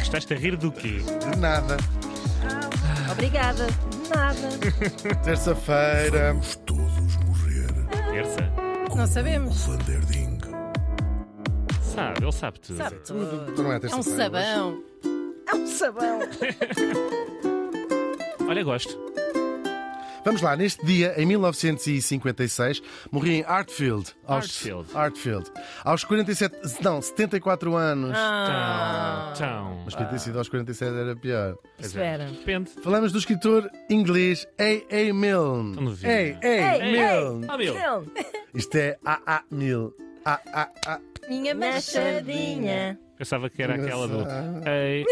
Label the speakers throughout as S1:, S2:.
S1: Estás-te a rir do quê?
S2: De nada.
S3: Obrigada. Nada.
S2: Terça-feira.
S4: Vamos todos morrer
S1: Terça?
S3: Não sabemos.
S4: com Van der Ding.
S1: Sabe, ele sabe tudo.
S3: Sabe tudo.
S2: Então não é
S3: É um
S2: terça-feira.
S3: sabão. É um sabão.
S1: Olha, gosto.
S2: Vamos lá, neste dia, em 1956, morri em Hartfield. aos-
S1: Hartfield.
S2: Hartfield. Aos 47. Não, 74 anos.
S3: Ah.
S1: Ah. Tão, tão.
S2: Mas podia ter sido aos 47 era pior.
S1: Pois é.
S3: Espera.
S1: Depende.
S2: Falamos do escritor inglês A.A. Milne.
S1: Tão novinho.
S2: A.A. Milne.
S1: Ah, meu.
S2: Isto é A.A. Milne. A.A.A.
S3: Minha machadinha.
S1: Pensava que era aquela do.
S2: Engraçado.
S1: Ei,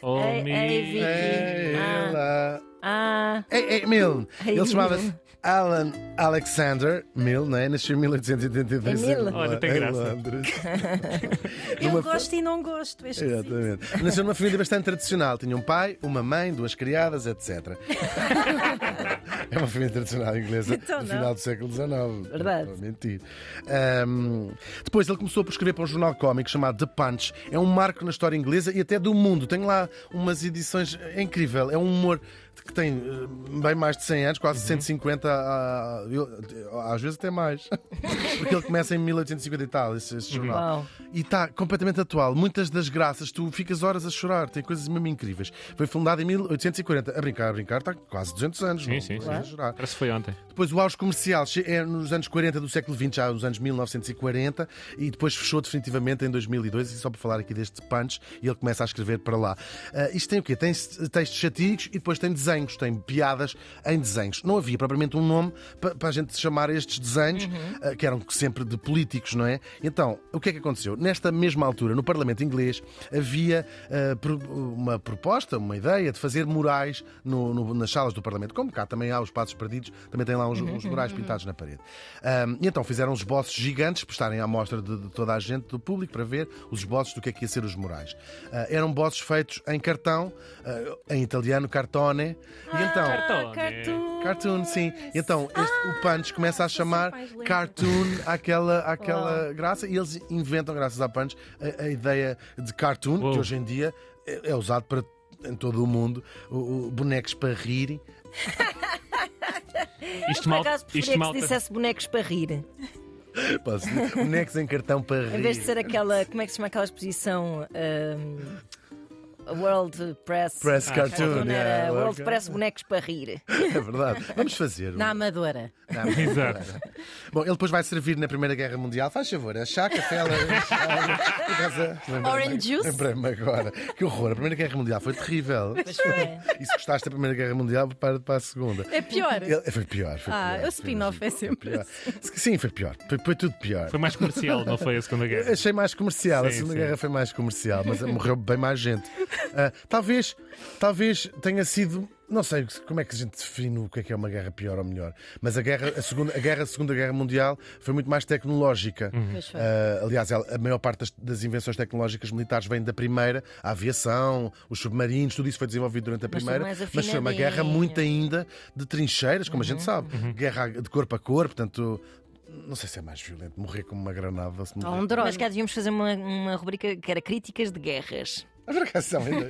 S1: oh,
S3: Ei, ei,
S1: mi-
S3: vi-
S2: Ela.
S3: Ah,
S2: A.A. Milne. É, Ele
S3: Milne.
S2: chamava-se Alan Alexander Milne, não é? Nasceu em 1882 em,
S3: É Milne.
S2: Lo-
S1: Olha, tem
S2: em
S1: graça.
S2: Londres.
S3: eu gosto e não gosto. É esquisito.
S2: Exatamente. Nasceu numa família bastante tradicional. Tinha um pai, uma mãe, duas criadas, etc. é uma família tradicional inglesa
S3: Então
S2: do
S3: não.
S2: final do século XIX.
S3: Verdade.
S2: Não vou mentir. Ahm, depois ele começou por escrever para um jornal cómico chamado The Punch. É um marco na história inglesa e até do mundo. Tem lá umas edições é incrível. É um humor que tem eh, bem mais de 100 anos,
S1: Uhum.
S2: quase 150, ah, eu- às vezes até mais. Porque ele começa em 1850 e tal, esse, esse jornal.
S3: Uau.
S2: E está completamente atual. Muitas das graças, tu ficas horas a chorar, tem coisas mesmo incríveis. Foi fundado em 1840. A brincar, a brincar, está quase 200 anos.
S1: Sim,
S2: não?
S1: sim,
S2: Coisas a chorar.
S1: Parece que foi ontem.
S2: Depois o auge comercial che- é nos anos 40 do século XX, já nos anos 1940, e depois fechou definitivamente em 2002. E só para falar aqui deste punch, e ele começa a escrever para lá. Ah, isto tem o quê? Tem s- textos satíricos e depois tem desenhos, tem piadas em desenhos. Não havia propriamente um nome pa- para a gente chamar estes desenhos, ah, que eram sempre de políticos, não é? Então, o que é que aconteceu? Nesta mesma altura, no Parlamento Inglês, havia ah, pro- uma proposta, uma ideia de fazer murais no- no- nas salas do Parlamento. Como cá também há os passos perdidos, também tem lá uns, uns murais pintados na parede. Ahm, e então fizeram uns esboços gigantes para estarem à mostra de, de toda a gente, do público, para ver os esboços do que é que ia ser os murais. Ah, eram esboços feitos em cartão, ah, em italiano, cartone. E então.
S1: Cartone.
S3: Ah, cartoon.
S2: Cartoon, sim. E Então, este- o Punch começa a chamar
S3: Ah, mais lento.
S2: Cartoon àquela, àquela graça e eles inventam, graças à Punch, a, a ideia de Cartoon,
S1: Uou.
S2: que hoje em dia é, é usado para em todo o mundo, o, o- bonecos para rirem.
S1: Isto
S3: Por
S1: malta.
S3: acaso
S1: Isto
S3: preferia que se
S1: malta.
S3: dissesse bonecos para rir,
S2: Posso dizer, bonecos em cartão para rir.
S3: em vez de ser aquela, como é que se chama aquela exposição? ahm, World Press.
S2: Press Cartoon.
S3: Não
S2: yeah,
S3: era
S2: logo.
S3: é World Press Bonecos para Rir.
S2: É verdade. Vamos fazer.
S5: Na Amadora.
S2: Não, não,
S1: Exato.
S2: Bom, ele depois vai servir na Primeira Guerra Mundial. Faz favor, é chá, café, laranja, por causa- lembrei-me-
S5: Orange juice?
S2: Lembrei-me agora. Que horror. A Primeira Guerra Mundial foi terrível. E se gostaste da Primeira Guerra Mundial, prepara-te para a Segunda.
S5: É pior.
S2: Ele- Foi pior. Foi
S5: Ah,
S2: pior,
S5: o spin-off é sempre
S2: Pior. Sim, foi pior. Foi, foi tudo pior.
S1: Foi mais comercial, não foi a Segunda Guerra.
S2: Achei mais comercial, a
S1: Sim,
S2: Segunda
S1: sim.
S2: Guerra foi mais comercial, mas morreu bem mais gente. Ah, talvez, talvez tenha sido, não sei como é que a gente define o que é que é uma guerra pior ou melhor, mas a guerra, a segunda, a guerra, a Segunda Guerra Mundial foi muito mais tecnológica.
S1: Uhum.
S2: Ah, aliás, ela- a maior parte das, das invenções tecnológicas militares vem da primeira, a aviação, os submarinos, tudo isso foi desenvolvido durante a
S3: Mas foi
S2: primeira,
S3: mais
S2: mas foi uma
S3: afinadinho.
S2: guerra muito ainda de trincheiras, como a gente sabe,
S1: Uhum.
S2: guerra de corpo a corpo, portanto. Não sei se é mais violento morrer como uma granada ou se morrer
S5: Há um
S3: Mas
S5: drone.
S3: cá devíamos fazer uma, uma rubrica que era Críticas de Guerras.
S2: Por acaso são ainda.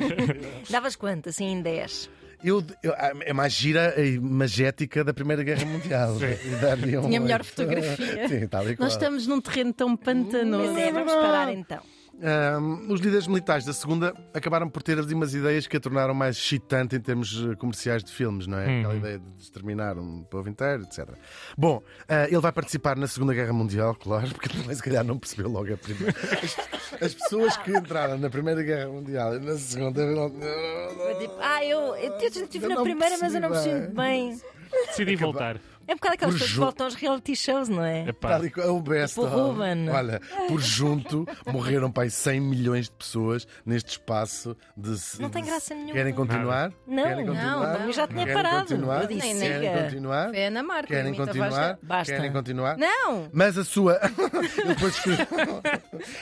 S3: Davas quanto? Assim em 10.
S2: Eu, eu, é mais gira e magética da Primeira Guerra Mundial. Tinha
S5: Tinha melhor fotografia.
S2: Sim, tal e qual.
S5: Nós estamos num terreno tão pantanoso.
S3: Mas é, vamos parar então.
S2: Ahm, os líderes militares da segunda acabaram por ter ali umas ideias que a tornaram mais excitante em termos eh, comerciais de filmes, não é? Aquela ideia de exterminar um povo inteiro, etc. Bom, ah, ele vai participar na Segunda Guerra Mundial, claro, porque também se calhar não percebeu logo a primeira. As, as pessoas que entraram na Primeira Guerra Mundial e na Segunda. não-
S3: Foi tipo, ah, eu, eu, eu estive
S2: Eu
S3: na
S2: não
S3: primeira, mas eu não me
S2: percebi
S3: sinto bem.
S1: Decidi voltar.
S3: É um bocado aquelas pessoas
S2: Urgente.
S3: que voltam aos reality shows, não é?
S1: Epá,
S2: Tal e qual, é o best
S3: Tipo o
S2: of.
S3: Ruben.
S2: Olha, por junto morreram para aí 100 milhões de pessoas neste espaço de se-
S3: Não tem
S2: de se-
S3: graça nenhuma.
S2: Querem continuar?
S3: Não,
S2: Querem
S3: não,
S2: continuar?
S5: não,
S3: eu já tinha
S2: Querem
S3: parado.
S2: Continuar?
S3: Eu disse,
S5: Nem
S2: Querem
S3: siga.
S2: continuar?
S5: É Ana Marca.
S2: Querem
S5: imita a
S2: continuar?
S5: voz
S3: Basta.
S2: Querem continuar?
S5: dela. Não!
S2: Mas a sua. ele depois escreve.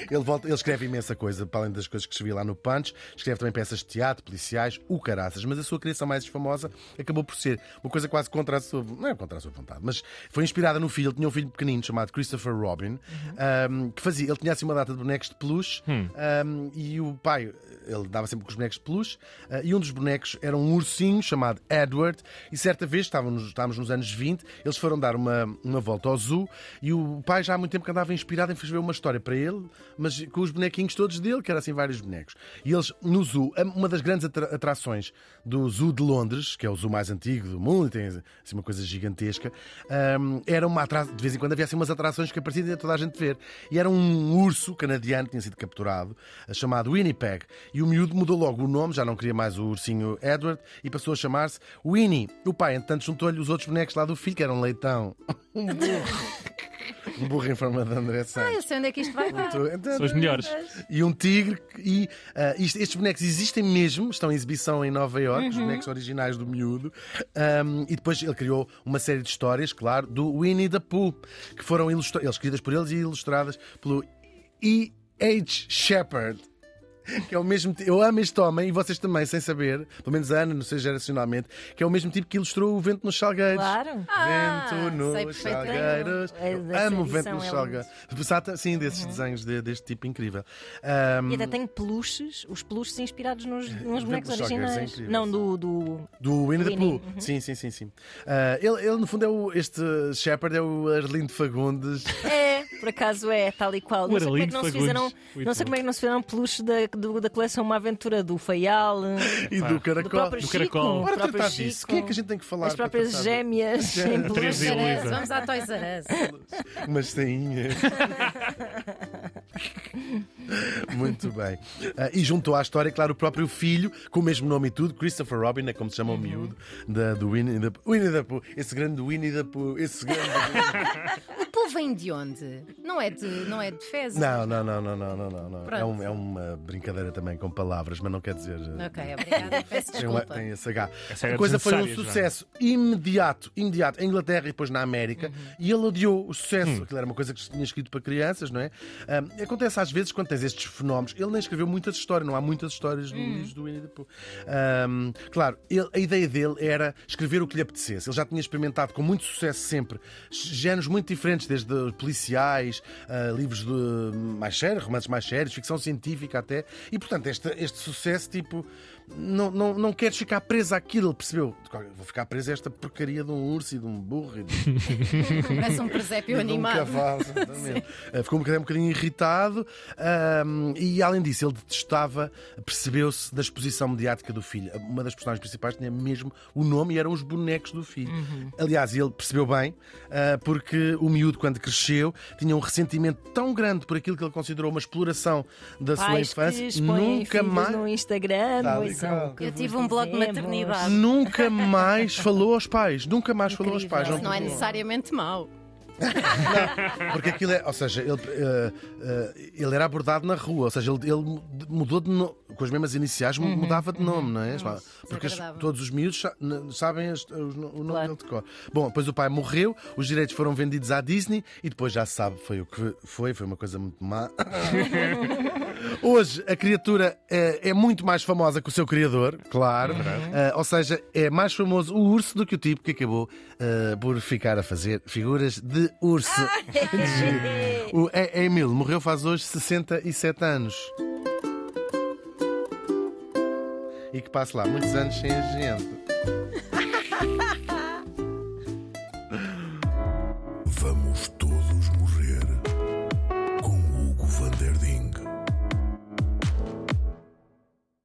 S2: ele, volta- ele escreve imensa coisa, para além das coisas que escrevi lá no Punch. Escreve também peças de teatro, policiais, o caraças. Mas a sua criação mais famosa acabou por ser uma coisa quase contra a sua. Não é contra a sua vontade. Mas foi inspirada no filho. Ele tinha um filho pequenino chamado Christopher Robin, um, que fazia. Ele tinha assim uma data de bonecos de peluche um, e o pai, ele dava sempre com os bonecos de peluche uh, e um dos bonecos era um ursinho chamado Edward. E certa vez, estávamos, estávamos nos anos 20, eles foram dar uma, uma volta ao zoo e o pai já há muito tempo que andava inspirado em escrever uma história para ele, mas com os bonequinhos todos dele, que era assim vários bonecos. E eles, no zoo, uma das grandes atra- atrações do Zoo de Londres, que é o zoo mais antigo do mundo, tem assim uma coisa gigantesca, hum, era uma atração, de vez em quando havia assim umas atrações que apareciam e toda a gente ver. E era um urso canadiano que tinha sido capturado, eh, chamado Winnipeg. E o miúdo mudou logo o nome, já não queria mais o ursinho Edward, e passou a chamar-se Winnie. O pai, entretanto, juntou-lhe os outros bonecos lá do filho, que eram leitão. Um burro. Um burro em forma de André
S5: Ah, eu
S2: Santos.
S5: sei onde é que isto vai dar.
S1: São os melhores.
S2: E um tigre. E ah, isto- estes bonecos existem mesmo, estão em exibição em Nova Iorque, os bonecos originais do miúdo. Ahm, e depois ele criou uma série de histórias, claro, do Winnie the Pooh, que foram ilustra- eles, escritas por eles e ilustradas pelo E.H. Shepard. Que é o mesmo ti- Eu amo este homem e vocês também, sem saber, pelo menos a Ana, não sei geracionalmente, que é o mesmo tipo que ilustrou o vento nos salgueiros.
S3: Claro.
S5: Ah,
S2: Vento nos
S5: sei perfeitamente.
S2: Salgueiros.
S3: É
S2: Eu
S3: dessa
S2: amo o vento
S3: edição,
S2: nos
S3: é Uhum.
S2: Salgueiros. Exato, Sim, desses desenhos de- deste tipo incrível.
S3: E
S2: Ahm,
S3: até tem peluches, os peluches inspirados nos, nos bonecos
S2: dos Jokers, Hum. é
S3: originais.
S2: incrível.
S3: não, do, do.
S2: do Winnie the Pooh.
S3: Winnie, uhum.
S2: Sim, sim, sim. sim. Ah, ele, ele, no fundo, é o, este Shepard é o Arlindo Fagundes.
S3: É, por acaso é, tal e qual.
S1: O
S3: Não sei como é
S1: Arlindo
S3: que não se
S1: Fagundes.
S3: fizeram,
S1: Muito
S3: não sei
S1: bom.
S3: como é que não se fizeram peluches da, do- da coleção Uma Aventura do Faial,
S2: e do
S3: do
S2: Caracol.
S3: próprio
S1: Do
S3: Chico.
S1: Caracol.
S3: do
S2: Para
S3: próprio
S2: tratar
S3: Chico,
S2: disso, quem é que a gente tem que falar?
S3: As
S2: para
S3: próprias
S2: tratar disso?
S3: gêmeas em
S1: Teresa e
S3: peluche.
S1: Luísa.
S5: Vamos à Toys R Us.
S2: Umas tainhas. Muito bem. Ah, e juntou à história, claro, o próprio filho, com o mesmo nome e tudo, Christopher Robin, é como se chama o miúdo, da, do Winnie the Pooh. Winnie the Pooh, esse grande Winnie the Pooh, esse grande.
S5: O povo vem de onde? Não é de, não é de fezes?
S2: não, não, não, não, não, não, não. não. É, um-
S5: Pronto.
S2: é uma brincadeira também com palavras, mas não quer dizer. eh,
S5: Ok, obrigada. Peço
S2: Tem, uma-
S5: desculpa.
S2: tem esse H.
S1: Essa
S2: a
S1: era
S2: coisa foi um
S1: desnecessária, Joana.
S2: sucesso imediato, imediato, em Inglaterra e depois na América, e ele odiou o sucesso. Aquilo era uma coisa que se tinha escrito para crianças, não é? Ahm, acontece às vezes quando tens estes fenómenos. Ele nem escreveu muitas histórias, não há muitas histórias no livro do Winnie the Pooh. Ahm, claro, ele- a ideia dele era escrever o que lhe apetecesse. Ele já tinha experimentado com muito sucesso sempre géneros muito diferentes, desde policiais, ah, livros de mais sérios, romances mais sérios, ficção científica até. E portanto, este, este sucesso, tipo, não, não, não queres ficar preso àquilo, ele percebeu? Vou ficar preso a esta porcaria de um urso e de um burro e de
S5: Parece um presépio
S2: de um
S5: animado.
S2: cavalo, exatamente. Eh, Ficou um bocadinho, um bocadinho irritado ahm, e, além disso, ele detestava, percebeu-se da exposição mediática do filho. Uma das personagens principais tinha mesmo o nome e eram os bonecos do filho.
S3: Uhum.
S2: Aliás, ele percebeu bem, ah, porque o miúdo, quando cresceu, tinha um ressentimento tão grande por aquilo que ele considerou uma exploração da sua
S3: Pais que
S2: infância.
S3: expõem
S2: Nunca
S3: filhos
S2: mais.
S3: no Instagram.
S2: Tal e
S3: pois são
S2: qual.
S3: o que
S5: Eu
S3: vos
S5: tive um blog de
S3: dizemos.
S5: maternidade.
S2: Nunca mais falou aos pais, nunca mais falou aos pais.
S5: Isso não é
S2: perdoou.
S5: necessariamente mau.
S2: Porque aquilo é, ou seja, ele, eh, eh, ele era abordado na rua, ou seja, ele, ele mu- mudou de nome, com as mesmas iniciais, mu- mudava de nome, não é? Porque as-
S5: desagradável.
S2: todos os miúdos sa- n- sabem as- os no- o nome dele de cor. Bom, depois o pai morreu, os direitos foram vendidos à Disney e depois já se sabe, foi o que foi, foi uma coisa muito má. Hoje a criatura eh, é, muito mais famosa que o seu criador, claro. Eh, ou seja, é mais famoso o urso do que o tipo que acabou eh, por ficar a fazer figuras de urso. O E- Emil morreu faz hoje 67 anos. E que passe lá muitos anos sem a gente.